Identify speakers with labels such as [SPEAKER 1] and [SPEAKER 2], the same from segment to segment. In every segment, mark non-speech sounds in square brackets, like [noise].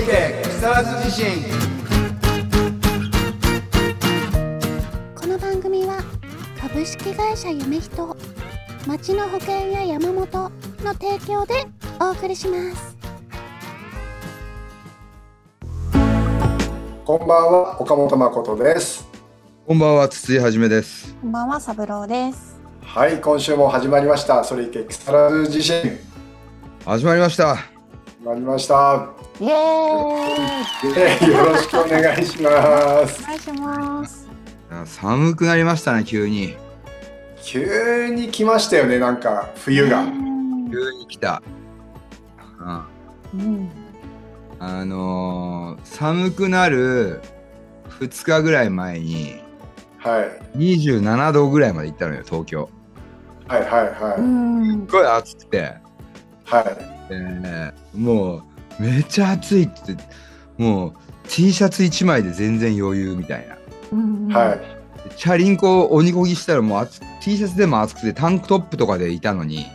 [SPEAKER 1] いて木更津地震
[SPEAKER 2] この番組は株式会社夢人町の保険や山本の提供でお送りします
[SPEAKER 1] こんばんは岡本誠です
[SPEAKER 3] こんばんは、筒井はじめです。
[SPEAKER 4] こんばんは、三郎です。
[SPEAKER 1] はい今週も始まりましたそれいて木更津地震始
[SPEAKER 3] 始まりました。
[SPEAKER 1] まりました、
[SPEAKER 4] イエーイ。
[SPEAKER 1] えーよろしくお願いします [laughs]
[SPEAKER 4] お願いします。
[SPEAKER 3] あ寒くなりましたね、急に。
[SPEAKER 1] 急に来ましたよねなんか冬が、
[SPEAKER 4] うん
[SPEAKER 3] 急に来た。うん
[SPEAKER 4] うん。
[SPEAKER 3] あのー寒くなる2日ぐらい前に、
[SPEAKER 1] はい
[SPEAKER 3] 27度ぐらいまで行ったのよ、東京。
[SPEAKER 1] はいはいは
[SPEAKER 4] う
[SPEAKER 1] い
[SPEAKER 4] ん
[SPEAKER 3] す。ごい暑くて。
[SPEAKER 1] はい
[SPEAKER 3] でもう、めっちゃ暑いって、もう T シャツ1枚で全然余裕みたいな。
[SPEAKER 4] うん
[SPEAKER 1] はい
[SPEAKER 3] でチャリンコを鬼こぎしたらもう暑 T シャツでも暑くてタンクトップとかでいたのに、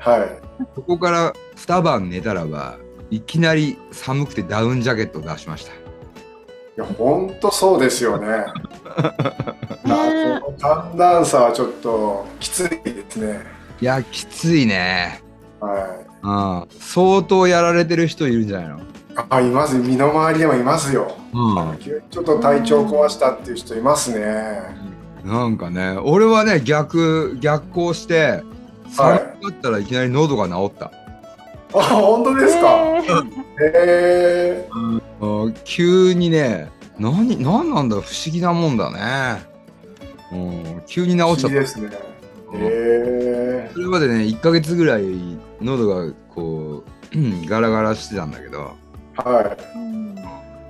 [SPEAKER 1] はい
[SPEAKER 3] そこから二晩寝たらば、いきなり寒くてダウンジャケットを出しました。
[SPEAKER 1] いや本当そうですよね
[SPEAKER 4] い。ね
[SPEAKER 1] この寒暖差はちょっときついですね
[SPEAKER 3] いや、きついね。
[SPEAKER 1] はい
[SPEAKER 3] うん。相当やられてる人いるんじゃないの
[SPEAKER 1] あいます身の回りでもいますよ
[SPEAKER 3] う
[SPEAKER 1] 急にちょっと体調壊したっていう人いますね
[SPEAKER 3] ん。なんかね、俺はね、逆、逆行して、
[SPEAKER 1] はい
[SPEAKER 3] 寒かったらいきなり喉が治った。
[SPEAKER 1] あ本当ですか
[SPEAKER 4] え
[SPEAKER 1] へえ
[SPEAKER 3] うん急にね、何、何なんだろう不思議なもんだね。うん、急に
[SPEAKER 1] 不思
[SPEAKER 3] 治っちゃ
[SPEAKER 1] 議
[SPEAKER 3] った。
[SPEAKER 1] ですねへ
[SPEAKER 3] それまでね1ヶ月ぐらい喉がこううんガラガラしてたんだけど
[SPEAKER 1] えはい
[SPEAKER 4] うん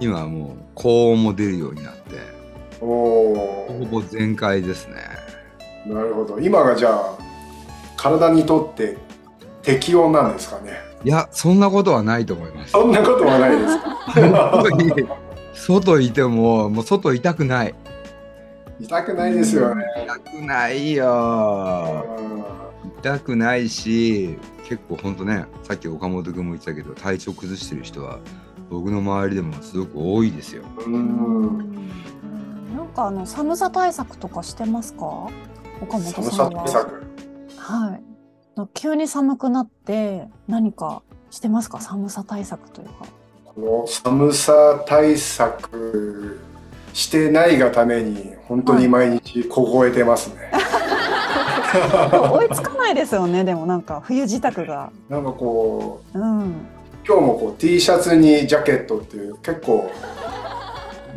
[SPEAKER 3] 今はもう高音も出るようになって
[SPEAKER 1] お
[SPEAKER 3] ほ
[SPEAKER 1] お
[SPEAKER 3] ぼ全開ですね
[SPEAKER 1] なるほど今がじゃあ体にとって適応なんですかね
[SPEAKER 3] いやそんなことはないと思
[SPEAKER 1] [laughs]
[SPEAKER 3] います
[SPEAKER 1] そんなことはない
[SPEAKER 3] [laughs]
[SPEAKER 1] ですか
[SPEAKER 3] 外いてももう外痛くない
[SPEAKER 1] 痛くないですよね
[SPEAKER 3] 痛くないよ痛くないし結構ほんとねさっき岡本君も言ってたけど体調崩してる人は僕の周りでもすごく多いですよ
[SPEAKER 1] うん
[SPEAKER 4] なんかあの寒さ対策とかしてますか。岡本
[SPEAKER 1] 寒
[SPEAKER 4] さ
[SPEAKER 1] さ
[SPEAKER 4] ん
[SPEAKER 1] 対
[SPEAKER 4] は。
[SPEAKER 1] 策
[SPEAKER 4] はい。なんか急に寒くなって、何かしてますか、寒さ対策というか。
[SPEAKER 1] この寒さ対策してないがために本当に毎日凍えてますね、
[SPEAKER 4] 追いつかないですよね、でもなんか冬自宅が。
[SPEAKER 1] なんかこう
[SPEAKER 4] うん。
[SPEAKER 1] 今日もこう T シャツにジャケットっていう結構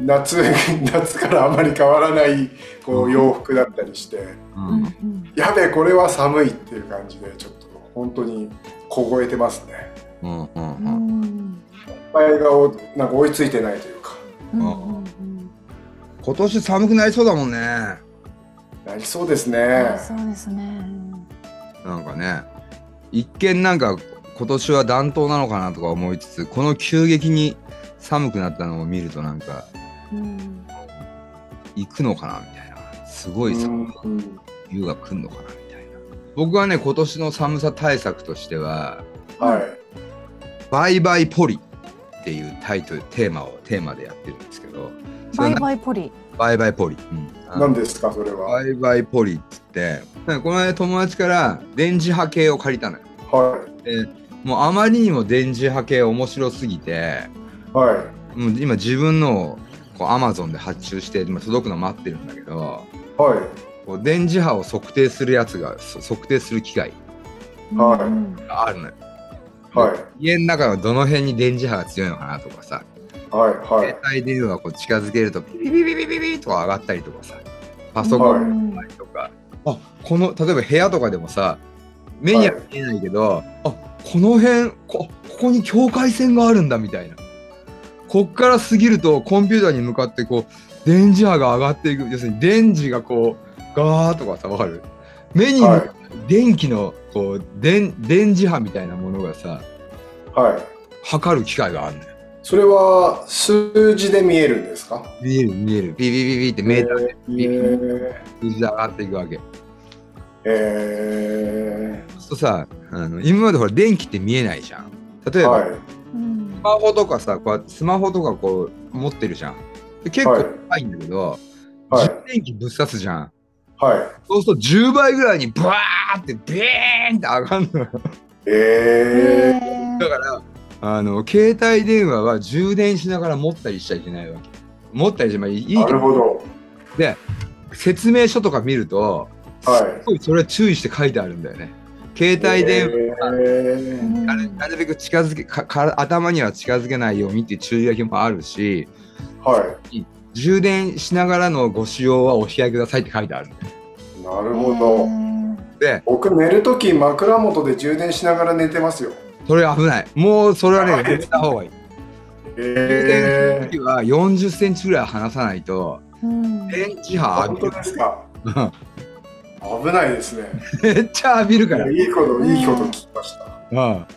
[SPEAKER 1] 夏 [laughs] 夏からあまり変わらないこ
[SPEAKER 3] う
[SPEAKER 1] うん洋服だったりして、
[SPEAKER 4] う
[SPEAKER 3] うん
[SPEAKER 4] ん。
[SPEAKER 1] やべえこれは寒いっていう感じでちょっと本当に凍えてますね
[SPEAKER 3] うんうん
[SPEAKER 4] う
[SPEAKER 3] うん
[SPEAKER 4] ん。
[SPEAKER 1] 失敗がおなんか追いついてないというか
[SPEAKER 4] うんうんうん。
[SPEAKER 3] 今年寒くなりそうだもんねな
[SPEAKER 1] なりそうですね、
[SPEAKER 4] そうですね。
[SPEAKER 3] んかね一見なんか今年は暖冬なのかなとか思いつつこの急激に寒くなったのを見るとなんか
[SPEAKER 4] うん。
[SPEAKER 3] 行くのかなみたいなすごい寒い
[SPEAKER 1] うん
[SPEAKER 3] 冬が来るのかなみたいな僕はね今年の寒さ対策としては
[SPEAKER 1] はい
[SPEAKER 3] 「バイバイポリ」っていうタイトルテーマをテーマでやってるんですけどそ
[SPEAKER 4] バ
[SPEAKER 3] れ
[SPEAKER 4] イ
[SPEAKER 3] は
[SPEAKER 4] バイポリ。
[SPEAKER 3] バイバイポリ」うんあの
[SPEAKER 1] 何ですかそれは、
[SPEAKER 3] バイバイポリ」っつってなんかこの間友達から電磁波系を借りたのよ
[SPEAKER 1] は
[SPEAKER 3] でもうあまりにも電磁波系面白すぎて
[SPEAKER 1] いは
[SPEAKER 3] もう今自分のをこう Amazon で発注して今届くの待ってるんだけど
[SPEAKER 1] いはい
[SPEAKER 3] こう電磁波を測定するやつがそ測定する機械
[SPEAKER 1] はい
[SPEAKER 4] うん
[SPEAKER 3] があるのよ。
[SPEAKER 1] はい
[SPEAKER 3] 家の中のどの辺に電磁波が強いのかなとかさ
[SPEAKER 1] はいはい
[SPEAKER 3] 携帯電話をこう近づけるとピピピピピピピとか上がったりとかさパソコン
[SPEAKER 1] はい
[SPEAKER 3] の場合とか、あこの例えば部屋とかでもさ目には見えないけど、あこの辺こここに境界線があるんだみたいなこっから過ぎるとコンピューターに向かってこう電磁波が上がっていく要するに電磁がこうガーッとかさわかる目に、
[SPEAKER 1] はい
[SPEAKER 3] 電気のこう電電磁波みたいなものがさ
[SPEAKER 1] はい
[SPEAKER 3] 測る機械があるんだよ
[SPEAKER 1] それは数字で見えるんですか
[SPEAKER 3] 見える見えるビビビビってメーター
[SPEAKER 1] えー
[SPEAKER 3] 数字で上がっていくわけ。
[SPEAKER 1] え
[SPEAKER 3] そうするとさあの今までほら電気って見えないじゃん例え
[SPEAKER 1] ー、
[SPEAKER 3] ば、
[SPEAKER 1] はい
[SPEAKER 4] うん
[SPEAKER 3] スマホとかさ、こうやってスマホとかこう持ってるじゃん。で結
[SPEAKER 1] はい
[SPEAKER 3] 構高いんだけど、
[SPEAKER 1] はい
[SPEAKER 3] 充電器ぶっ刺すじゃん。
[SPEAKER 1] はい
[SPEAKER 3] そうすると10倍ぐらいにブワーってビーンって上がるのよ。
[SPEAKER 1] ええ
[SPEAKER 3] だから、あの、携帯電話は充電しながら持ったりしちゃいけないわけ。持ったりしまあいいいいけ
[SPEAKER 1] なる
[SPEAKER 3] ど、
[SPEAKER 1] ほど
[SPEAKER 3] 説明書とか見ると、
[SPEAKER 1] はい
[SPEAKER 3] すごいそれは注意して書いてあるんだよね。携帯電話、
[SPEAKER 1] ええ
[SPEAKER 3] なるなるべく近づけかか、頭には近づけないようにっていう注意書きもあるし、
[SPEAKER 1] は
[SPEAKER 3] 充電しながらのご使用はお控えくださいって書いてある。
[SPEAKER 1] いなるほど
[SPEAKER 3] で、
[SPEAKER 1] 僕寝るとき枕元で充電しながら寝てますよ
[SPEAKER 3] それ危ない。もうそれは
[SPEAKER 1] は
[SPEAKER 3] ね、
[SPEAKER 1] い
[SPEAKER 3] やめた方がいい。充電する
[SPEAKER 1] え
[SPEAKER 3] 時は40センチぐらい離さないと、
[SPEAKER 4] うん
[SPEAKER 3] 電磁
[SPEAKER 1] え
[SPEAKER 3] 波
[SPEAKER 1] 本
[SPEAKER 3] 浴び
[SPEAKER 1] 当ですか危ないですね
[SPEAKER 3] [laughs] る。めっちゃ浴びるから。
[SPEAKER 1] いいこといいこと聞きました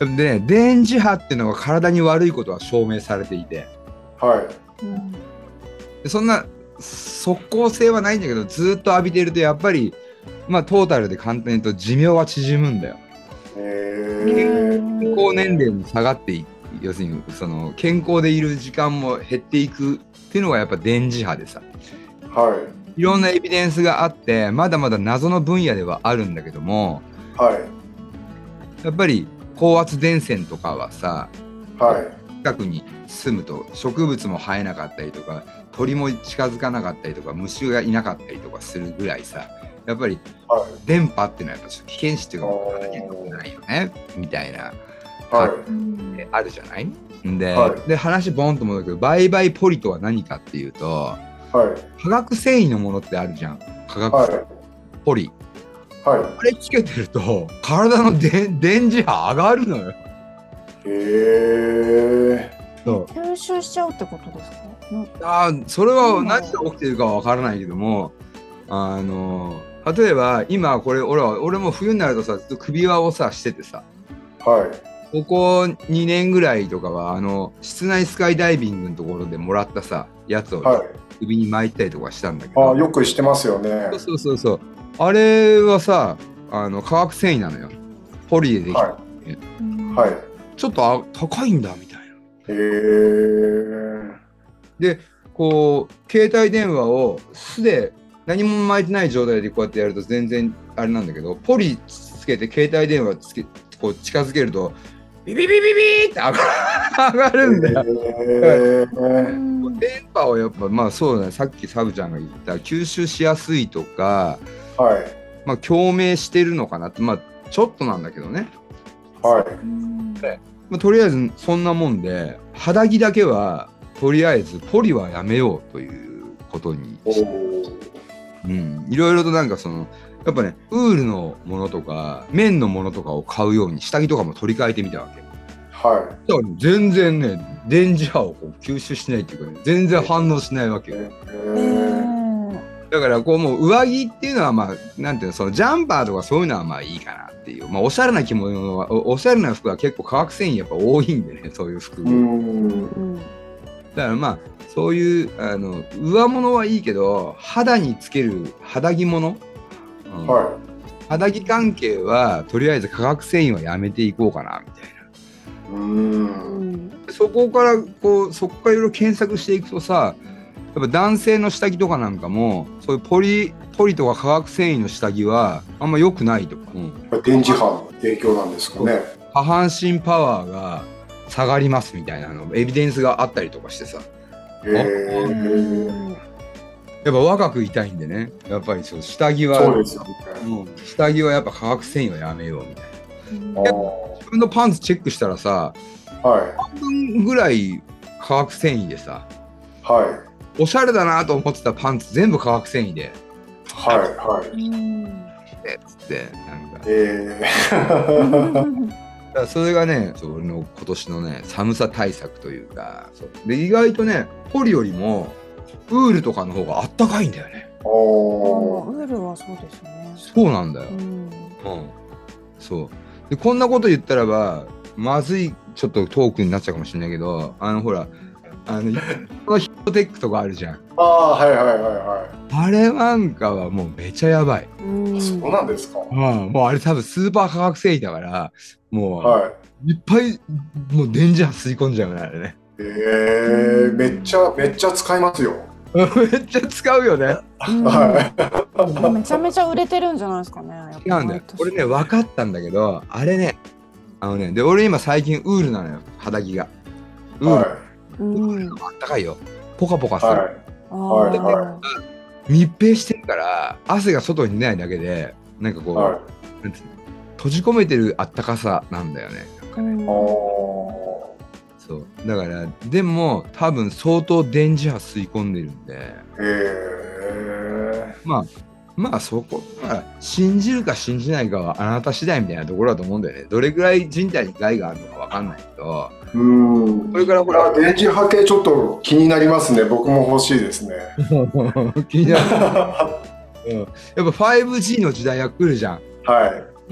[SPEAKER 3] うん、で電磁波っていうのが体に悪いことは証明されていて
[SPEAKER 1] はい
[SPEAKER 4] うん
[SPEAKER 3] でそんな即効性はないんだけどずっと浴びてるとやっぱりまあトータルで簡単に言うと寿命は縮むんだよ
[SPEAKER 1] ええ
[SPEAKER 3] 健康年齢に下がっていく要するにその健康でいる時間も減っていくっていうのがやっぱ電磁波でさ
[SPEAKER 1] はい
[SPEAKER 3] ろんなエビデンスがあってまだまだ謎の分野ではあるんだけども
[SPEAKER 1] いはい
[SPEAKER 3] やっぱり高圧電線とかはさ
[SPEAKER 1] はい
[SPEAKER 3] 近くに住むと植物も生えなかったりとか鳥も近づかなかったりとか虫がいなかったりとかするぐらいさやっぱり
[SPEAKER 1] はい
[SPEAKER 3] 電波っていうのはやっぱちょっと危険視っていうか
[SPEAKER 1] おー
[SPEAKER 3] 体には良くないよねみたいな
[SPEAKER 1] はい
[SPEAKER 4] うん
[SPEAKER 3] あるじゃないで,、
[SPEAKER 1] は
[SPEAKER 3] で話ボンと戻るけど売買ポリとは何かっていうと
[SPEAKER 1] はい
[SPEAKER 3] 化学繊維のものってあるじゃん化学
[SPEAKER 1] はい
[SPEAKER 3] ポリ、
[SPEAKER 1] は
[SPEAKER 3] あれつけてると体ので電磁波上がるのよ
[SPEAKER 1] いへえ
[SPEAKER 3] そう
[SPEAKER 4] 吸収しちゃうってことですかうん
[SPEAKER 3] あーそれは何が起きてるかは分からないけども、あの例えば今これ俺は俺も冬になるとさずっと首輪をさしててさ
[SPEAKER 1] はい
[SPEAKER 3] ここ2年ぐらいとかはあの室内スカイダイビングのところでもらったさやつを
[SPEAKER 1] はい
[SPEAKER 3] 首に巻いたりとかしたんだけど、
[SPEAKER 1] あよくしてますよね
[SPEAKER 3] そうそうそうそうあれはさあの化学繊維なのよポリでできた、
[SPEAKER 1] は
[SPEAKER 4] うん
[SPEAKER 1] いはい
[SPEAKER 3] ちょっとあ高いんだみたいな。
[SPEAKER 1] へえ
[SPEAKER 3] こう携帯電話を素で何も巻いてない状態でこうやってやると全然あれなんだけどポリつけて携帯電話つけこう近づけるとビビビビビーって上が上がるんだよ。
[SPEAKER 1] へ
[SPEAKER 4] う
[SPEAKER 1] え
[SPEAKER 4] ん
[SPEAKER 3] 電波をやっぱまあそうだねさっきサブちゃんが言った吸収しやすいとか、
[SPEAKER 1] はい
[SPEAKER 3] まあ、共鳴してるのかなってまあちょっとなんだけどね、
[SPEAKER 1] はい
[SPEAKER 4] うん
[SPEAKER 3] まあ、とりあえずそんなもんで肌着だけはとりあえずポリはやめようということに
[SPEAKER 1] お
[SPEAKER 3] して
[SPEAKER 1] お
[SPEAKER 3] うん、いろいろとなんかそのやっぱねウールのものとか綿のものとかを買うように下着とかも取り替えてみたわけだか
[SPEAKER 1] は
[SPEAKER 3] らね全然ね電磁波をこう吸収しないっていうかね全然反応しないわけ
[SPEAKER 1] い
[SPEAKER 3] よ
[SPEAKER 1] へ
[SPEAKER 4] え
[SPEAKER 1] え
[SPEAKER 3] だからこうもう上着っていうのはまあなんていうのそのジャンパーとかそういうのはまあいいかなっていうまあおしゃれな着物はおおしゃれな服は結構化学繊維やっぱ多いんでねそういう服、
[SPEAKER 1] う
[SPEAKER 4] うんん
[SPEAKER 3] だからまあそういうあの上物はいいけど肌につける肌着物、うん
[SPEAKER 1] は
[SPEAKER 3] 肌着関係はとりあえず化学繊維はやめていこうかなみた
[SPEAKER 1] い
[SPEAKER 3] い
[SPEAKER 1] う
[SPEAKER 4] うんん
[SPEAKER 3] なそこからこうそこからいろいろ検索していくとさやっぱ男性の下着とかなんかもそういうポリポリとか化学繊維の下着はあんま良くないとか、
[SPEAKER 1] これ電磁波の影響なんですかね
[SPEAKER 3] 下半身パワーが下がりますみたいなあのエビデンスがあったりとかしてさ
[SPEAKER 1] へえ
[SPEAKER 3] やっぱ若くいたいんでねやっぱりそう下着は
[SPEAKER 1] そうですよね
[SPEAKER 3] うん下着はやっぱ化学繊維はやめようみたいな
[SPEAKER 1] あー
[SPEAKER 3] 自分のパンツチェックしたらさ
[SPEAKER 1] はい
[SPEAKER 3] 半分ぐらい化学繊維でさ
[SPEAKER 1] はい
[SPEAKER 3] おしゃれだなと思ってたパンツ全部化学繊維で
[SPEAKER 1] はいはい
[SPEAKER 4] うん
[SPEAKER 3] えっつってなんかだ
[SPEAKER 1] え
[SPEAKER 3] からそれがねそう俺の今年のね寒さ対策というかそうで意外とねポリよりもウールとかの方があったかいんだよね
[SPEAKER 1] ー、おー
[SPEAKER 4] ウールはそうですね。
[SPEAKER 3] そうなんだよ
[SPEAKER 4] うん
[SPEAKER 3] うんそうでこんなこと言ったらばまずいちょっとトークになっちゃうかもしれないけどあのほらあのこの人トテックとかあるじゃん。
[SPEAKER 1] ああはいはいはいは
[SPEAKER 3] あれなんかはもうめちゃやばい。
[SPEAKER 4] うん
[SPEAKER 1] いそうなんですか、
[SPEAKER 3] うん、もうあれ多分スーパー化学繊維だから、も
[SPEAKER 1] はいう
[SPEAKER 3] いっぱいもう電磁波吸い込んじゃうからね。 [laughs]
[SPEAKER 1] えー、めっちゃめっちゃ使いますよ、
[SPEAKER 3] めっちゃ使うよね。
[SPEAKER 4] うん
[SPEAKER 1] はい
[SPEAKER 4] めちゃめちゃ売れてるんじゃないですかね。やっぱ
[SPEAKER 3] 違うんだよ
[SPEAKER 4] 毎。年
[SPEAKER 3] 俺ね、分かったんだけど、あれね、あのね、で、俺今最近ウールなのよ、肌着が。ウール。
[SPEAKER 1] は
[SPEAKER 4] うん
[SPEAKER 3] ウールもあったかいよ。ポカポカ
[SPEAKER 1] い
[SPEAKER 3] する。
[SPEAKER 1] はい
[SPEAKER 4] あー
[SPEAKER 1] はいは
[SPEAKER 3] 密閉してるから、汗が外に出ないだけで、なんかこう、
[SPEAKER 1] はい
[SPEAKER 3] なんていうの閉じ込めてるあったかさなんだよね。なんか
[SPEAKER 4] う
[SPEAKER 3] ね
[SPEAKER 4] ん
[SPEAKER 1] あー
[SPEAKER 3] そう。だから、でも、多分相当電磁波吸い込んでるんで、
[SPEAKER 1] え
[SPEAKER 3] まあそこは信じるか信じないかはあなた次第みたいなところだと思うんだよね。どれぐらい人体に害があるのかわかんないけ
[SPEAKER 1] [laughs]
[SPEAKER 3] ど、
[SPEAKER 1] ー、うん
[SPEAKER 3] これからほ
[SPEAKER 1] こ
[SPEAKER 3] ら、
[SPEAKER 1] れ電磁波系ちょっと気になりますね僕も欲しいですね
[SPEAKER 3] 気になる。
[SPEAKER 1] は
[SPEAKER 3] うんやっぱ 5G の時代が来るじゃん。
[SPEAKER 1] い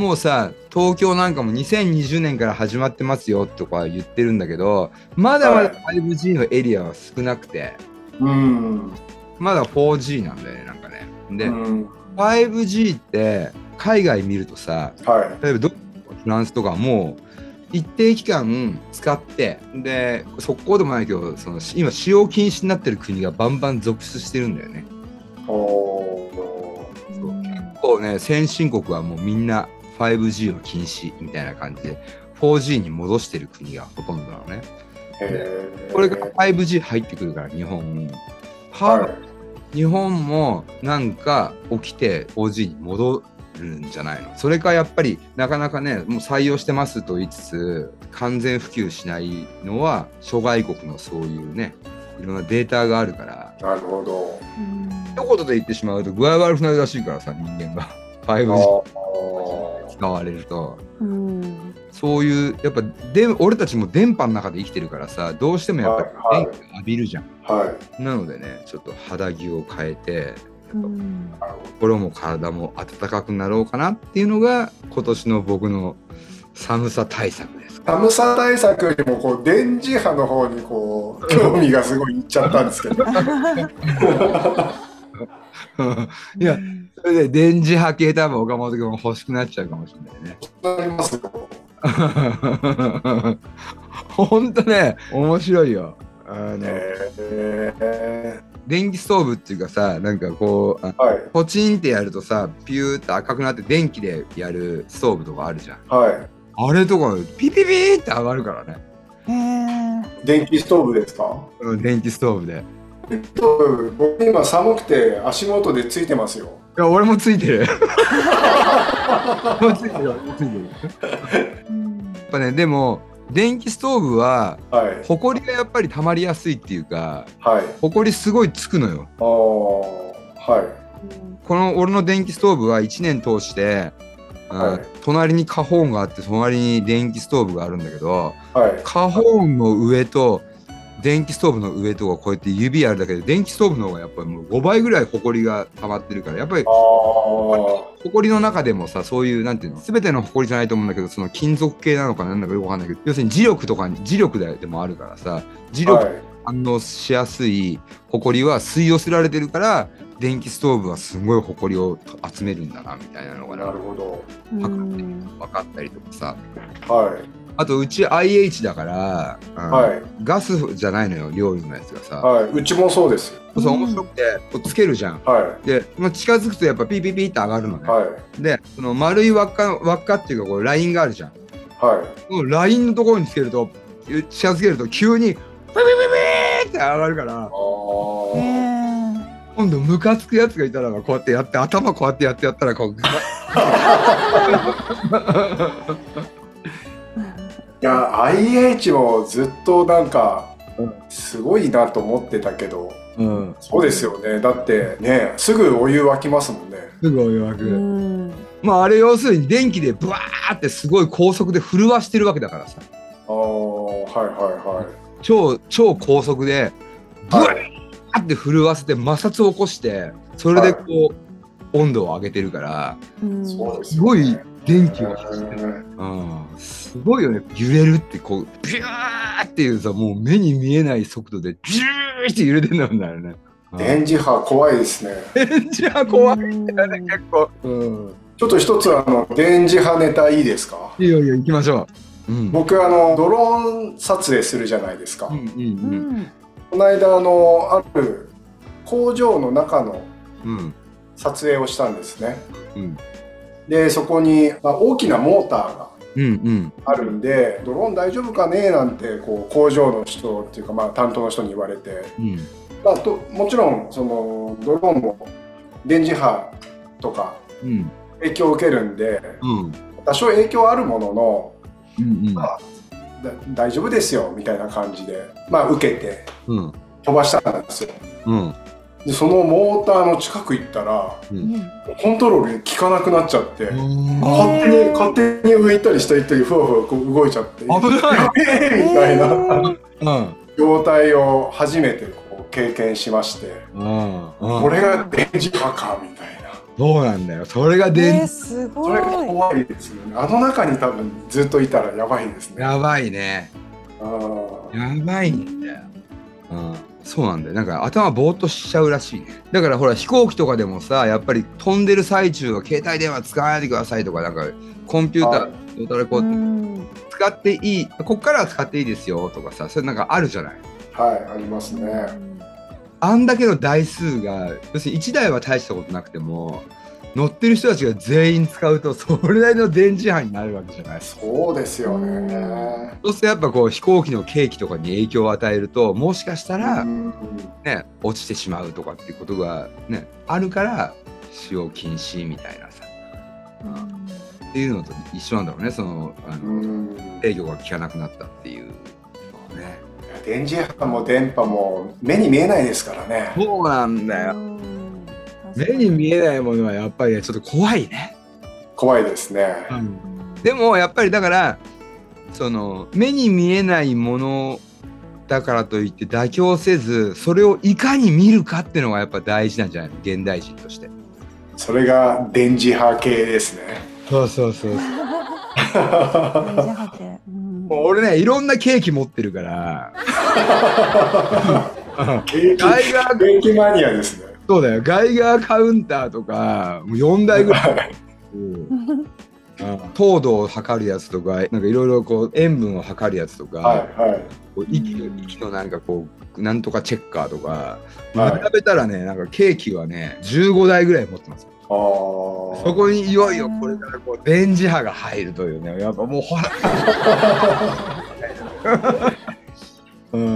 [SPEAKER 3] もうさ、東京なんかも2020年から始まってますよとか言ってるんだけど、まだまだ 5G のエリアは少なくて、
[SPEAKER 1] うん
[SPEAKER 3] まだ 4G なんだよね、なんかね。で、
[SPEAKER 1] うん、
[SPEAKER 3] 5G って海外見るとさ、
[SPEAKER 1] はい
[SPEAKER 3] 例えばどフランスとかも一定期間使ってで速攻でもないけどその今使用禁止になってる国がバンバン続出してるんだよね。
[SPEAKER 1] おー
[SPEAKER 3] そう結構ね先進国はもうみんな 5G を禁止みたいな感じで 4G に戻してる国がほとんどなのね。
[SPEAKER 1] えー
[SPEAKER 3] これが 5G 入ってくるから日本は
[SPEAKER 1] はい
[SPEAKER 3] 日本もなんか起きて 4G に戻るんじゃないのそれかやっぱりなかなかねもう採用してますと言いつつ完全普及しないのは諸外国のそういうねいろんなデータがあるから
[SPEAKER 1] なるほど
[SPEAKER 4] うん
[SPEAKER 3] 一言で言ってしまうと具合悪くなるらしいからさ人間が 5G
[SPEAKER 1] あ
[SPEAKER 3] 使われると
[SPEAKER 4] うん
[SPEAKER 3] そういうやっぱで俺たちも電波の中で生きてるからさどうしてもやっぱ
[SPEAKER 1] はい
[SPEAKER 3] り
[SPEAKER 1] はい
[SPEAKER 3] 電気を浴びるじゃん、
[SPEAKER 1] あはい
[SPEAKER 3] なのでねちょっと肌着を変えて
[SPEAKER 4] うん
[SPEAKER 1] なるほど
[SPEAKER 3] 心も体も温かくなろうかなっていうのが今年の僕の寒さ対策です。 [laughs]
[SPEAKER 1] 寒さ対策よりもこう電磁波の方にこう興味がすごいいっちゃったんですけど
[SPEAKER 3] [laughs] いやそれで電磁波系多分岡本君も欲しくなっちゃうかもしれないね。 [laughs]
[SPEAKER 1] なりますよ
[SPEAKER 3] ほんとね面白いよ。あの
[SPEAKER 1] え
[SPEAKER 3] 電気ストーブっていうかさなんかこうあ
[SPEAKER 1] ー、はい
[SPEAKER 3] ポチンってやるとさピューって赤くなって電気でやるストーブとかあるじゃん。
[SPEAKER 1] は
[SPEAKER 3] あれとかピピピーって上がるからね
[SPEAKER 4] へえ
[SPEAKER 1] い電気ストーブですか
[SPEAKER 3] うん電気ストーブで。
[SPEAKER 1] ストーブ僕今寒くて足元でついてますよ
[SPEAKER 3] いや、俺もついてる。俺もついてる、俺もついてる。やっ
[SPEAKER 4] うん
[SPEAKER 3] ぱね、でも、電気ストーブは、
[SPEAKER 1] はい
[SPEAKER 3] ほこりがやっぱり溜まりやすいっていうか、
[SPEAKER 1] はい
[SPEAKER 3] ほこりすごいつくのよ。
[SPEAKER 1] ああは
[SPEAKER 3] この俺の電気ストーブは1年通して、あ
[SPEAKER 1] はい
[SPEAKER 3] 隣に花ホーンがあって隣に電気ストーブがあるんだけど
[SPEAKER 1] いはい
[SPEAKER 3] 花ホーンの上と電気ストーブの上とかこうやって指やるだけで電気ストーブの方がやっぱりもう5倍ぐらいほこりが溜まってるからやっぱり
[SPEAKER 1] ああ
[SPEAKER 3] 埃の中でもさそういうなんていうの全ての埃じゃないと思うんだけどその金属系なのかなんだかよくわかんないけど要するに磁力とかに磁力でもあるからさ磁力
[SPEAKER 1] は
[SPEAKER 3] に反応しやすい埃は吸い寄せられてるから電気ストーブはすごい埃を集めるんだなみたいなの
[SPEAKER 1] い
[SPEAKER 3] が
[SPEAKER 1] なる
[SPEAKER 3] な
[SPEAKER 1] ほど
[SPEAKER 4] うん
[SPEAKER 3] 分かったりとかさ
[SPEAKER 1] はい
[SPEAKER 3] あとうち IH だから、うん
[SPEAKER 1] はい
[SPEAKER 3] ガスじゃないのよ料理のやつがさ、
[SPEAKER 1] はいうちもそうです
[SPEAKER 3] そう面白くてこうつけるじゃん
[SPEAKER 1] は
[SPEAKER 3] でまあ近づくとやっぱピーピーピーって上がるの
[SPEAKER 1] い
[SPEAKER 3] ね、
[SPEAKER 1] はい
[SPEAKER 3] でその丸い輪っか輪っかっていうかこうラインがあるじゃん
[SPEAKER 1] は
[SPEAKER 3] もうラインのところにつけると近づけると急にビビビビーって上がるから
[SPEAKER 4] へ
[SPEAKER 1] いああ
[SPEAKER 4] え
[SPEAKER 3] 今度ムカつくやつがいたらばこうやってやって頭こうやってやってやったらこうグワッ
[SPEAKER 1] いや IH もずっとなんか
[SPEAKER 3] うん
[SPEAKER 1] すごいなと思ってたけど、
[SPEAKER 3] うん
[SPEAKER 1] そうですよねだってねすぐお湯沸きますもんね
[SPEAKER 3] すごい弱く、
[SPEAKER 4] うん
[SPEAKER 3] まああれ要するに電気でブワーってすごい高速で震わしてるわけだからさ
[SPEAKER 1] ああはいは
[SPEAKER 3] 超超高速で
[SPEAKER 1] い
[SPEAKER 3] ブ
[SPEAKER 1] はい
[SPEAKER 3] ワーって震わせて摩擦を起こしてそれでこう、温度を上げてるから
[SPEAKER 4] うん
[SPEAKER 1] そうです
[SPEAKER 3] すごい電気を走ってる、
[SPEAKER 1] はい
[SPEAKER 3] うん、すごいよね揺れるってこうビューっていうさもう目に見えない速度でビューって揺れてんだもんだよね、うん、
[SPEAKER 1] 電磁波怖いですね。
[SPEAKER 3] 電磁波怖い
[SPEAKER 4] い
[SPEAKER 3] よね結構うん
[SPEAKER 1] ちょっと一つあの電磁波ネタいいですか。
[SPEAKER 3] いいよいいよ行きましょううん
[SPEAKER 1] 僕あのドローン撮影するじゃないですか。
[SPEAKER 3] うんう
[SPEAKER 4] うんん。
[SPEAKER 1] この間あのある工場の中の
[SPEAKER 3] うんうん
[SPEAKER 1] 撮影をしたんですね。
[SPEAKER 3] うん
[SPEAKER 1] でそこに、まあ、大きなモーターが
[SPEAKER 3] うんうん
[SPEAKER 1] あるんでドローン大丈夫かねなんてこう工場の人っていうか、まあ、担当の人に言われて、
[SPEAKER 3] うん
[SPEAKER 1] まあ、ともちろんそのドローンも電磁波とか
[SPEAKER 3] うん
[SPEAKER 1] 影響を受けるんで
[SPEAKER 3] うん
[SPEAKER 1] 多少影響あるものの
[SPEAKER 3] うんうん
[SPEAKER 1] だ大丈夫ですよみたいな感じで、まあ、受けて
[SPEAKER 3] うん
[SPEAKER 1] 飛ばしたんですよ
[SPEAKER 3] うん
[SPEAKER 1] でそのモーターの近く行ったらコントロール効かなくなっちゃって、勝手に勝手に上行ったり下行ったりふわふわこう動いちゃって
[SPEAKER 3] 危ない
[SPEAKER 1] えーみたいな
[SPEAKER 3] うん
[SPEAKER 1] 状態を初めてこう経験しまして、
[SPEAKER 3] うんうん
[SPEAKER 1] これが電磁波かみたいな
[SPEAKER 3] そうなんだよそれが
[SPEAKER 4] えー、
[SPEAKER 3] 電
[SPEAKER 4] すご
[SPEAKER 1] そ
[SPEAKER 4] い
[SPEAKER 1] れ。が怖いですよねあの中に多分ずっといたらやばいですねあ
[SPEAKER 3] やばいね
[SPEAKER 1] ー
[SPEAKER 3] やばいんだよ。うん、そうなんだよ。なんか頭ぼーっとしちゃうらしいね。だからほら飛行機とかでもさ、やっぱり飛んでる最中は携帯電話使わないでくださいとか、なんかコンピュータ
[SPEAKER 1] はい
[SPEAKER 3] ーどうたらこ
[SPEAKER 4] う
[SPEAKER 3] う、
[SPEAKER 4] ん。
[SPEAKER 3] 使っていい、こっからは使っていいですよとかさ、それなんかあるじゃない。
[SPEAKER 1] はいありますね
[SPEAKER 3] あんだけの台数が、要するに1台は大したことなくても、乗ってる人たちが全員使うと、それなりの電磁波になるわけじゃない。
[SPEAKER 1] そうですよね
[SPEAKER 3] そうするとやっぱこう飛行機の景気とかに影響を与えると、もしかしたら、
[SPEAKER 1] うん
[SPEAKER 3] ね、落ちてしまうとかっていうことが、ね、あるから使用禁止みたいなさっていうのと一緒なんだろうねそのあ
[SPEAKER 1] う
[SPEAKER 3] の
[SPEAKER 1] ん
[SPEAKER 3] 制御が効かなくなったっていうのはね
[SPEAKER 1] 電磁波も電波も目に見えないですからね
[SPEAKER 3] そうなんだよ
[SPEAKER 4] うん。
[SPEAKER 3] 目に見
[SPEAKER 4] え。
[SPEAKER 3] えないものはやっぱりねちょっと怖いね、
[SPEAKER 1] 怖いですね
[SPEAKER 3] でもやっぱりだからその目に見えないものだからといって妥協せずそれをいかに見るかっていうのがやっぱ大事なんじゃないの現代人として
[SPEAKER 1] それが電磁波系ですね
[SPEAKER 3] そうそうそう
[SPEAKER 1] [laughs]
[SPEAKER 4] 電磁波系。うん
[SPEAKER 3] もう俺ねいろんなケーキ持ってるから
[SPEAKER 1] 景気
[SPEAKER 3] ガイガー
[SPEAKER 1] 景気マニアですね
[SPEAKER 3] そうだよガイガーカウンターとかもう4台ぐらい、うん糖度を測るやつとかなんかいろいろこう塩分を測るやつとか、
[SPEAKER 1] はいはい
[SPEAKER 3] こう息の息のなんかこうなんとかチェッカーとか、
[SPEAKER 1] はい
[SPEAKER 3] 並べたらねなんかケーキはね15台ぐらい持ってます
[SPEAKER 1] あー
[SPEAKER 3] そこにいよいよこれからこう電磁波が入るというねやっぱも
[SPEAKER 1] [laughs]
[SPEAKER 3] うほらうん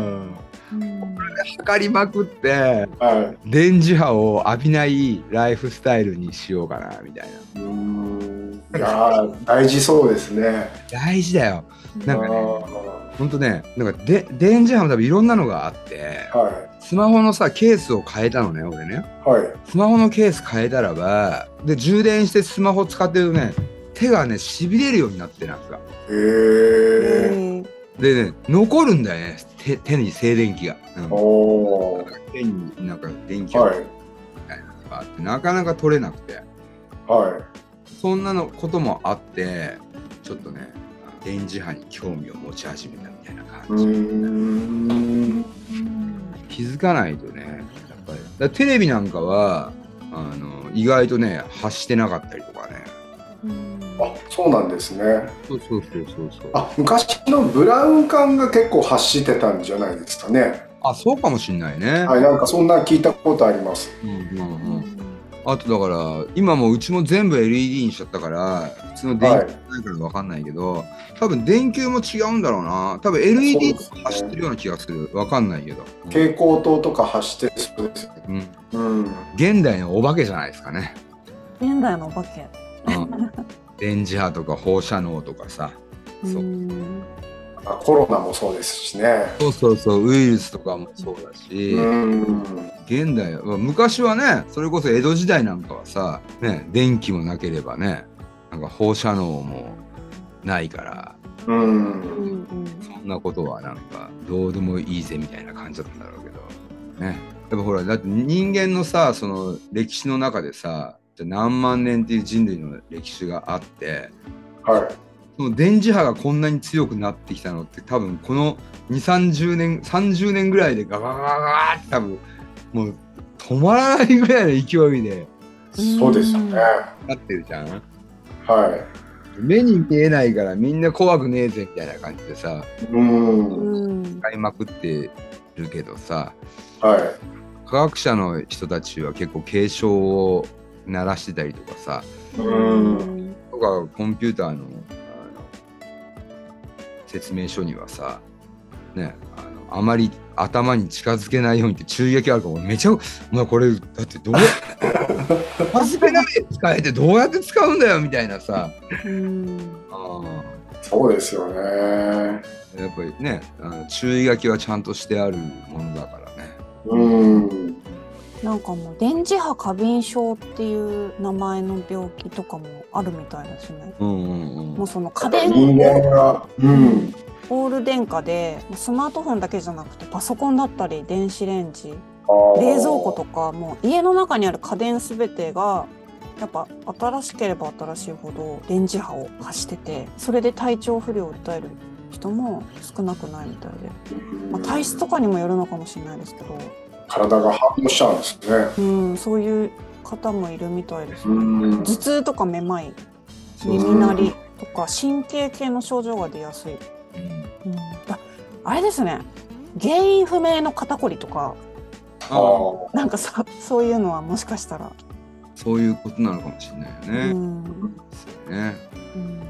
[SPEAKER 4] うん
[SPEAKER 3] 測りまくって
[SPEAKER 1] は。
[SPEAKER 3] 電磁波を浴びないライフスタイルにしようかなみたいない
[SPEAKER 1] うーん。いやー大事そうですね。
[SPEAKER 3] 大事だよなんか
[SPEAKER 1] あ
[SPEAKER 3] ね
[SPEAKER 1] ー
[SPEAKER 3] ほんとねなんかで電磁波の多分いろんなのがあって
[SPEAKER 1] は
[SPEAKER 3] スマホのさケースを変えたのね俺ね
[SPEAKER 1] いはい。
[SPEAKER 3] スマホのケース変えたらばで充電してスマホ使ってるとね手がねしびれるようになってなんか
[SPEAKER 1] えー。
[SPEAKER 4] えー
[SPEAKER 3] でね残るんだよね手手に静電気が、うん
[SPEAKER 1] おお。
[SPEAKER 3] 手になんか電気が
[SPEAKER 1] はい
[SPEAKER 3] あってなかなか取れなくて
[SPEAKER 1] は
[SPEAKER 3] そんなのこともあってちょっとね電磁波に興味を持ち始めたみたいな感
[SPEAKER 1] い。う
[SPEAKER 3] じ、
[SPEAKER 1] ーん。
[SPEAKER 4] うん
[SPEAKER 3] 気づかないとねやっぱりだからテレビなんかはあの意外とね発してなかったりとかね
[SPEAKER 1] あそうなんですね。
[SPEAKER 3] そうそうそうそうそうあ
[SPEAKER 1] あ昔のブラウン管が結構発してたんじゃないですかね。
[SPEAKER 3] そうかもしんないね、
[SPEAKER 1] はいなんかそんな聞いたことあります。
[SPEAKER 3] うんうんうん、あとだから今もううちも全部 LED にしちゃったから普通の電
[SPEAKER 1] は
[SPEAKER 3] 球ないから分かんないけど、多分電球も違うんだろうな多分
[SPEAKER 1] そ
[SPEAKER 3] LED
[SPEAKER 1] うですね
[SPEAKER 3] 走ってるような気がする分かんないけど、
[SPEAKER 1] い。蛍光灯とか発してそうですよ。
[SPEAKER 3] うん、
[SPEAKER 1] うん。
[SPEAKER 3] 現代のお化けじゃないですかね
[SPEAKER 4] 現代のお化け。
[SPEAKER 3] うん電磁波とか放射能とかさそ
[SPEAKER 4] う
[SPEAKER 3] う
[SPEAKER 4] ん
[SPEAKER 1] あコロナもそうですしね。
[SPEAKER 3] そうそうそうウイルスとかもそうだし、
[SPEAKER 1] うん。
[SPEAKER 3] 現代は昔はねそれこそ江戸時代なんかはさ、ね、電気もなければねなんか放射能もないから
[SPEAKER 1] うん。
[SPEAKER 3] そんなことはなんかどうでもいいぜみたいな感じだったんだろうけどねやっぱほらだって人間のさその歴史の中でさって何万年っていう人類の歴史があって
[SPEAKER 1] はい
[SPEAKER 3] その電磁波がこんなに強くなってきたのって多分この2 3 0年30年ぐらいでガガガガガーって多分もう止まらないぐらいの勢いで
[SPEAKER 1] そうですよね
[SPEAKER 3] なってるじゃん
[SPEAKER 1] は
[SPEAKER 3] 目に見えないからみんな怖くねえぜみたいな感じでさ
[SPEAKER 1] いうん
[SPEAKER 4] うん。
[SPEAKER 3] 買いまくってるけどさ
[SPEAKER 1] は
[SPEAKER 3] 科学者の人たちは結構警鐘を鳴らしてたりとかさ
[SPEAKER 1] いうん
[SPEAKER 3] とかコンピューターのあの説明書にはさ、ね、あのあまり頭に近づけないようにって注意書きあるから俺めちゃお前これだってどうやって近づけないで使えてどうやって使うんだよみたいなさ
[SPEAKER 4] うん。
[SPEAKER 3] あー
[SPEAKER 1] そうですよね
[SPEAKER 3] やっぱりねあの注意書きはちゃんとしてあるものだからね。
[SPEAKER 1] うん
[SPEAKER 4] なんかもう電磁波過敏症っていう名前の病気とかもあるみたいですね。
[SPEAKER 3] うんうんう、
[SPEAKER 4] もうんその家
[SPEAKER 1] 人
[SPEAKER 4] 電
[SPEAKER 1] 間がうん
[SPEAKER 4] オール電化でスマートフォンだけじゃなくてパソコンだったり電子レンジ冷蔵庫とかもう家の中にある家電すべてがやっぱ新しければ新しいほど電磁波を発しててそれで体調不良を訴える人も少なくないみたいで、
[SPEAKER 1] とか、うん
[SPEAKER 4] まあ、体質とかにもよるのかもしれないですけど、
[SPEAKER 1] 体が反応しちゃうんですね
[SPEAKER 4] うん、そういう方もいるみたいです、
[SPEAKER 1] うん
[SPEAKER 4] 頭痛とかめまい耳鳴りとか神経系の症状が出やすい、うん、だあれですね原因不明の肩こりとか
[SPEAKER 1] あー
[SPEAKER 4] なんかさそういうのはもしかしたら、
[SPEAKER 3] そういうことなのかもしれないよ
[SPEAKER 4] う
[SPEAKER 3] ね。
[SPEAKER 4] ん
[SPEAKER 3] そうね
[SPEAKER 4] うん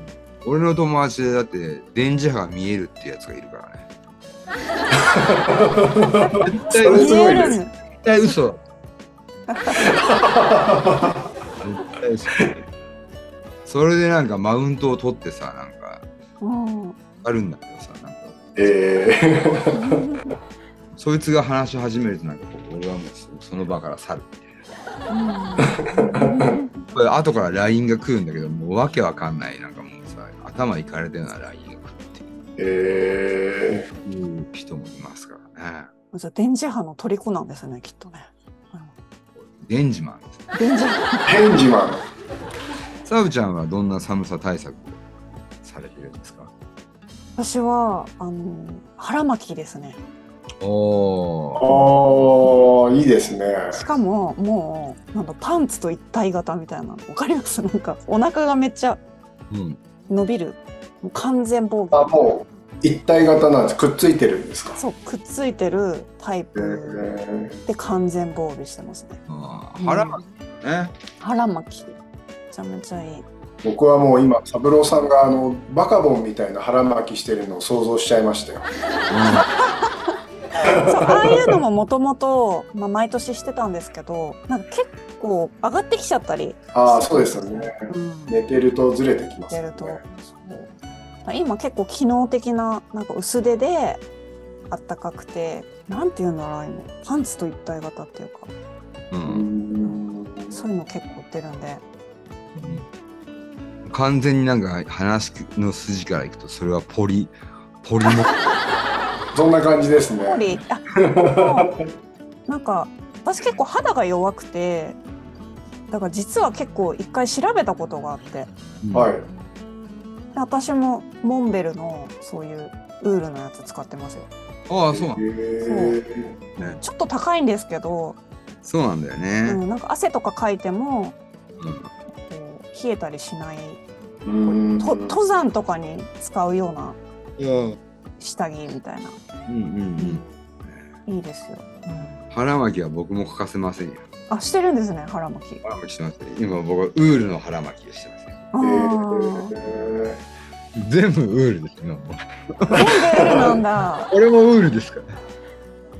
[SPEAKER 3] 俺の友達でだって電磁波が見えるってやつがいるからね。絶対
[SPEAKER 1] それ
[SPEAKER 3] 嘘
[SPEAKER 1] すごいです
[SPEAKER 4] 見える
[SPEAKER 3] 絶対嘘。絶対嘘。それでなんかマウントを取ってさなんか
[SPEAKER 4] うん
[SPEAKER 3] あるんだけどさなんか
[SPEAKER 1] え
[SPEAKER 3] そいつが話し始めるとなんかこう俺はもうその場から去るみたいな。これ後から LINE が来るんだけどもうわけわかんないなんかもうさ頭いかれたような LINE が来
[SPEAKER 1] ー、
[SPEAKER 3] る
[SPEAKER 1] [laughs] え
[SPEAKER 3] っていう人もいますからね。
[SPEAKER 4] じゃあ電磁波の虜なんですねきっとね。
[SPEAKER 3] 電磁マンですね。
[SPEAKER 4] うん電磁波
[SPEAKER 1] ー、ヘンジマン
[SPEAKER 3] サブちゃんはどんな寒さ対策をされてるんですか
[SPEAKER 4] 私はあの腹巻きですね。
[SPEAKER 3] おお。
[SPEAKER 1] ああいいですね
[SPEAKER 4] しかももうなんだパンツと一体型みたいなわかりますなんかお腹がめっちゃ
[SPEAKER 3] うん。
[SPEAKER 4] 伸びるもう完全防
[SPEAKER 1] あ
[SPEAKER 4] 御
[SPEAKER 1] もう一体型なんですくっついてるんですか
[SPEAKER 4] そうくっついてるタイ
[SPEAKER 1] え
[SPEAKER 4] プ
[SPEAKER 1] ー、
[SPEAKER 4] で完全防備してますね。
[SPEAKER 3] あー腹巻きね。
[SPEAKER 4] 腹巻きめちゃめちゃいい。
[SPEAKER 1] 僕はもう今三郎さんがあのバカボンみたいな腹巻きしてるのを想像しちゃいましたよ
[SPEAKER 4] そうああいうのももともと毎年してたんですけどなんか結構上がってきちゃったり、
[SPEAKER 1] ああそうですよね
[SPEAKER 4] うん、
[SPEAKER 1] 寝てるとずれてきます
[SPEAKER 4] や
[SPEAKER 1] よね
[SPEAKER 4] ると、そうまあ今結構機能的ななんか薄手であったかくてなんていうんだろうああいうのパンツと一体型っていうか
[SPEAKER 3] う。
[SPEAKER 1] うんん
[SPEAKER 4] そういうの結構売ってるんで
[SPEAKER 3] うん完全になんか話の筋からいくとそれはポリポリモ
[SPEAKER 1] そんな感じですね
[SPEAKER 4] やっぱりあもうなんか私結構肌が弱くてだから実は結構一回調べたことがあって。
[SPEAKER 1] はい
[SPEAKER 4] で私もモンベルのそういうウールのやつ使ってますよ
[SPEAKER 3] ああそうなん
[SPEAKER 1] え
[SPEAKER 4] ちょっと高いんですけど、
[SPEAKER 3] そうなんだよ
[SPEAKER 4] う
[SPEAKER 3] ね。
[SPEAKER 4] ん、なんか汗とかかいても
[SPEAKER 3] うん
[SPEAKER 4] こう冷えたりしない
[SPEAKER 1] ー、うん
[SPEAKER 4] と登山とかに使うような
[SPEAKER 3] うん
[SPEAKER 4] 下着みたいな
[SPEAKER 3] うんうん。
[SPEAKER 4] いいですよ、
[SPEAKER 3] 腹巻きは僕も欠かせませんよ。
[SPEAKER 4] あしてるんですね腹巻き
[SPEAKER 3] 腹巻きしてますね。今僕はウールの腹巻きをしてますね。
[SPEAKER 4] あー
[SPEAKER 1] え
[SPEAKER 3] 全部ウールです今もう。
[SPEAKER 4] 全部ウールなんだ
[SPEAKER 3] 俺もウールですか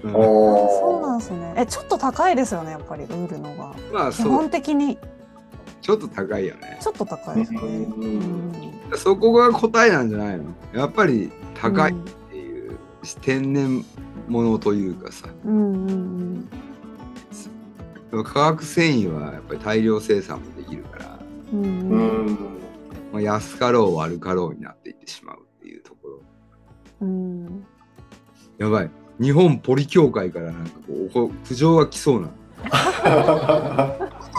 [SPEAKER 3] ら。うん
[SPEAKER 1] ー、お
[SPEAKER 4] そうなん
[SPEAKER 1] ー
[SPEAKER 4] ですねえちょっと高いですよねやっぱりウールのが
[SPEAKER 3] まあ
[SPEAKER 4] 基
[SPEAKER 3] そう
[SPEAKER 4] 本的に
[SPEAKER 3] ちょっと高いよね。
[SPEAKER 4] ちょっと高いですね、
[SPEAKER 1] うん
[SPEAKER 4] うん、
[SPEAKER 3] そこが答えなんじゃないのやっぱり高いっ
[SPEAKER 4] うん
[SPEAKER 3] ていう、天然ものというかさ
[SPEAKER 4] うんうん
[SPEAKER 3] 化学繊維はやっぱり大量生産もできるから、
[SPEAKER 4] うんうん
[SPEAKER 1] う
[SPEAKER 4] うん
[SPEAKER 1] ん
[SPEAKER 3] まあ、安かろう悪かろうになっていってしまうっていうところ
[SPEAKER 4] うん
[SPEAKER 3] やばい日本ポリ協会からなんかこうおこ苦情が来そうな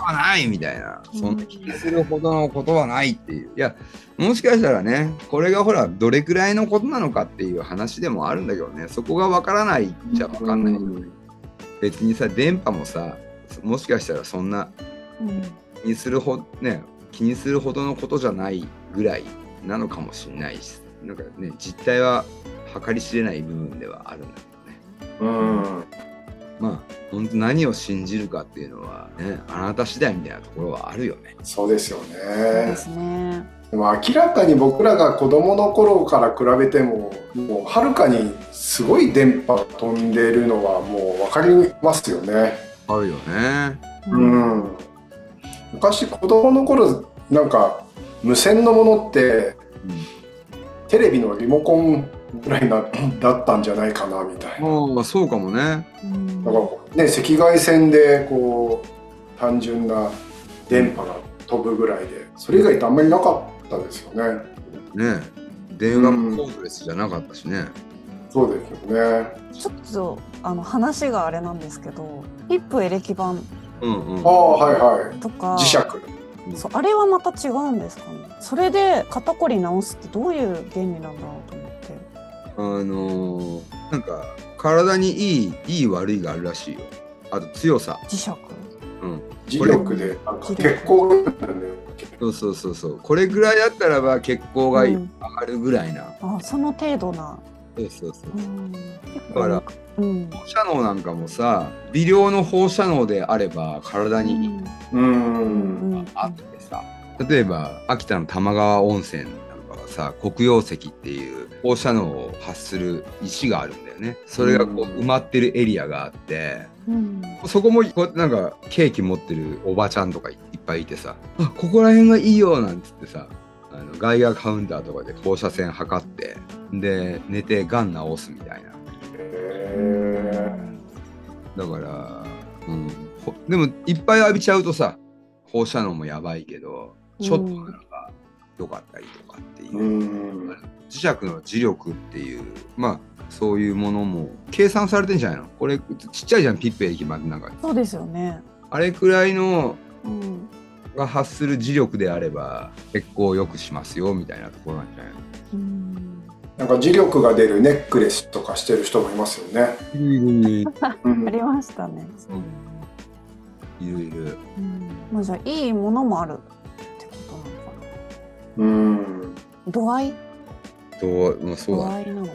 [SPEAKER 3] はないみたいな、そんな気にするほどのことはないっていう。いや、もしかしたらね、これがほら、どれくらいのことなのかっていう話でもあるんだけどね、そこがわからないっちゃわかんない、別にさ、電波もさ、もしかしたらそんな
[SPEAKER 4] うん
[SPEAKER 3] 気にするほ、ね、気にするほどのことじゃないぐらいなのかもしれないし、なんかね、実態は計り知れない部分ではあるんだけ
[SPEAKER 1] う
[SPEAKER 3] どね。
[SPEAKER 1] ん
[SPEAKER 3] まあ、本当何を信じるかっていうのは、ね、あなた次第みたいなところはあるよね。
[SPEAKER 1] そうですよ
[SPEAKER 4] そう
[SPEAKER 1] ね
[SPEAKER 4] ですね。
[SPEAKER 1] でも明らかに僕らが子どもの頃から比べてももうはるかにすごい電波が飛んでいるのはもう分かりますよね。
[SPEAKER 3] あるよね。
[SPEAKER 1] うん、昔子どもの頃なんか無線のものってテレビのリモコンぐらいなだったんじゃないかなみたいな。
[SPEAKER 3] うん、ああ、そうかもね。
[SPEAKER 4] うん
[SPEAKER 1] だからね赤外線でこう単純な電波が飛ぶぐらいでそれ以外ってあんまりなかったですよね。
[SPEAKER 3] ね電話もコードレスじゃなかったしね。
[SPEAKER 1] そうですよね。
[SPEAKER 4] ちょっとあの話があれなんですけど、ヒップエレキ版
[SPEAKER 3] うんうん。
[SPEAKER 1] ああはいはい。
[SPEAKER 4] とか、
[SPEAKER 1] 磁石。
[SPEAKER 4] そうあれはまた違うんですかね。それで肩こり直すってどういう原理なんだろうと思って。
[SPEAKER 3] あのーなんか、体にいい、いい悪いがあるらしいよ。あと強さ。
[SPEAKER 4] 磁石。
[SPEAKER 1] 磁力でなんか
[SPEAKER 4] 磁力
[SPEAKER 1] 血行が良くなるんだよね。
[SPEAKER 3] そうそうそうそう。これぐらいだったらば血行が
[SPEAKER 4] う
[SPEAKER 3] 上
[SPEAKER 4] ん
[SPEAKER 3] がるぐらいな。
[SPEAKER 4] あその程度な。
[SPEAKER 3] そうそうそうう。
[SPEAKER 4] ん、結
[SPEAKER 3] だから
[SPEAKER 4] うん。
[SPEAKER 3] 放射能なんかもさ、微量の放射能であれば体にいい。
[SPEAKER 1] う。
[SPEAKER 4] うんん。
[SPEAKER 3] あってさ例えば秋田の玉川温泉なんかはさ黒曜石っていう放射能を発する石があるんだよねそれがこう
[SPEAKER 1] うん
[SPEAKER 3] 埋まってるエリアがあって
[SPEAKER 4] うん。
[SPEAKER 3] そこもこうやってなんかケーキ持ってるおばちゃんとかいっぱいいてさ「あここら辺がいいよ」なんつってさあのガイアカウンターとかで放射線測ってで寝てがん治すみたいな
[SPEAKER 1] へ
[SPEAKER 3] だから、うん、ほでもいっぱい浴びちゃうとさ放射能もやばいけどちょっとなんか良かったりとかっていう、
[SPEAKER 1] ーうん。
[SPEAKER 3] 磁石の磁力っていうまあそういうものも計算されてんじゃないのこれちっちゃいじゃんピッペ駅までなんか
[SPEAKER 4] そうですよね。
[SPEAKER 3] あれくらいの
[SPEAKER 4] うん。
[SPEAKER 3] が発する磁力であれば結構よくしますよみたいなところなんじゃないの
[SPEAKER 4] うん。
[SPEAKER 1] なんか磁力が出るネックレスとかしてる人もいますよね。うん
[SPEAKER 4] ありましたね。
[SPEAKER 3] いるいる
[SPEAKER 4] うん。まあじゃあいいものもあるってことなのかな。
[SPEAKER 1] うん。
[SPEAKER 4] 度合い
[SPEAKER 3] そうまあそう
[SPEAKER 4] 度
[SPEAKER 3] だね
[SPEAKER 4] 合いなのか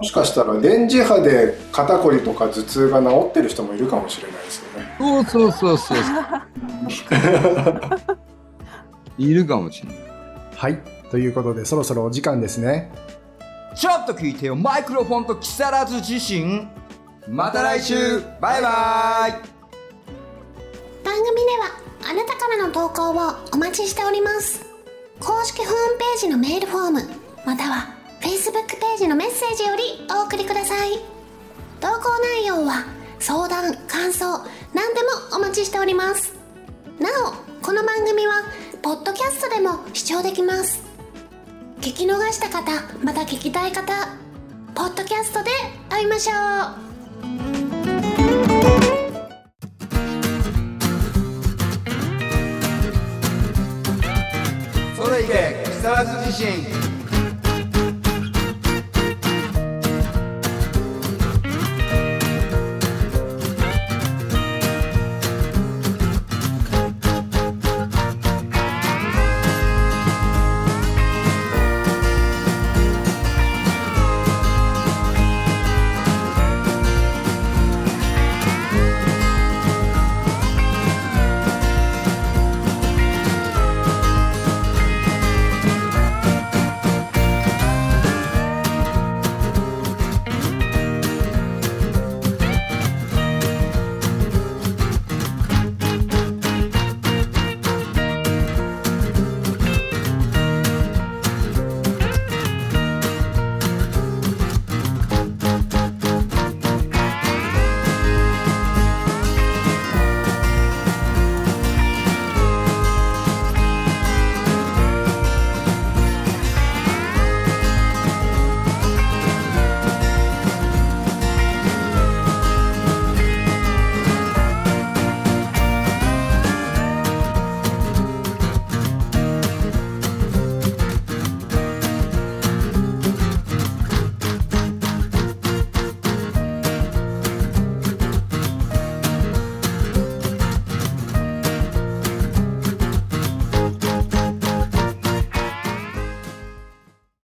[SPEAKER 1] もしかしたら電磁波で肩こりとか頭痛が治ってる人もいるかもしれないですよね。
[SPEAKER 3] そうそうそうそう
[SPEAKER 4] な。
[SPEAKER 3] [laughs] いるかもしれない
[SPEAKER 5] はいということでそろそろお時間ですね
[SPEAKER 3] ちょっと聞いてよマイクロフォンと木更津自身また来週バイバイ
[SPEAKER 2] 番組ではあなたからの投稿をお待ちしております公式ホームページのメールフォームまたは Facebook ページのメッセージよりお送りください投稿内容は相談感想何でもお待ちしておりますなおこの番組はポッドキャストでも視聴できます聞き逃した方また聞きたい方ポッドキャストで会いましょう
[SPEAKER 3] それいけ木更津自身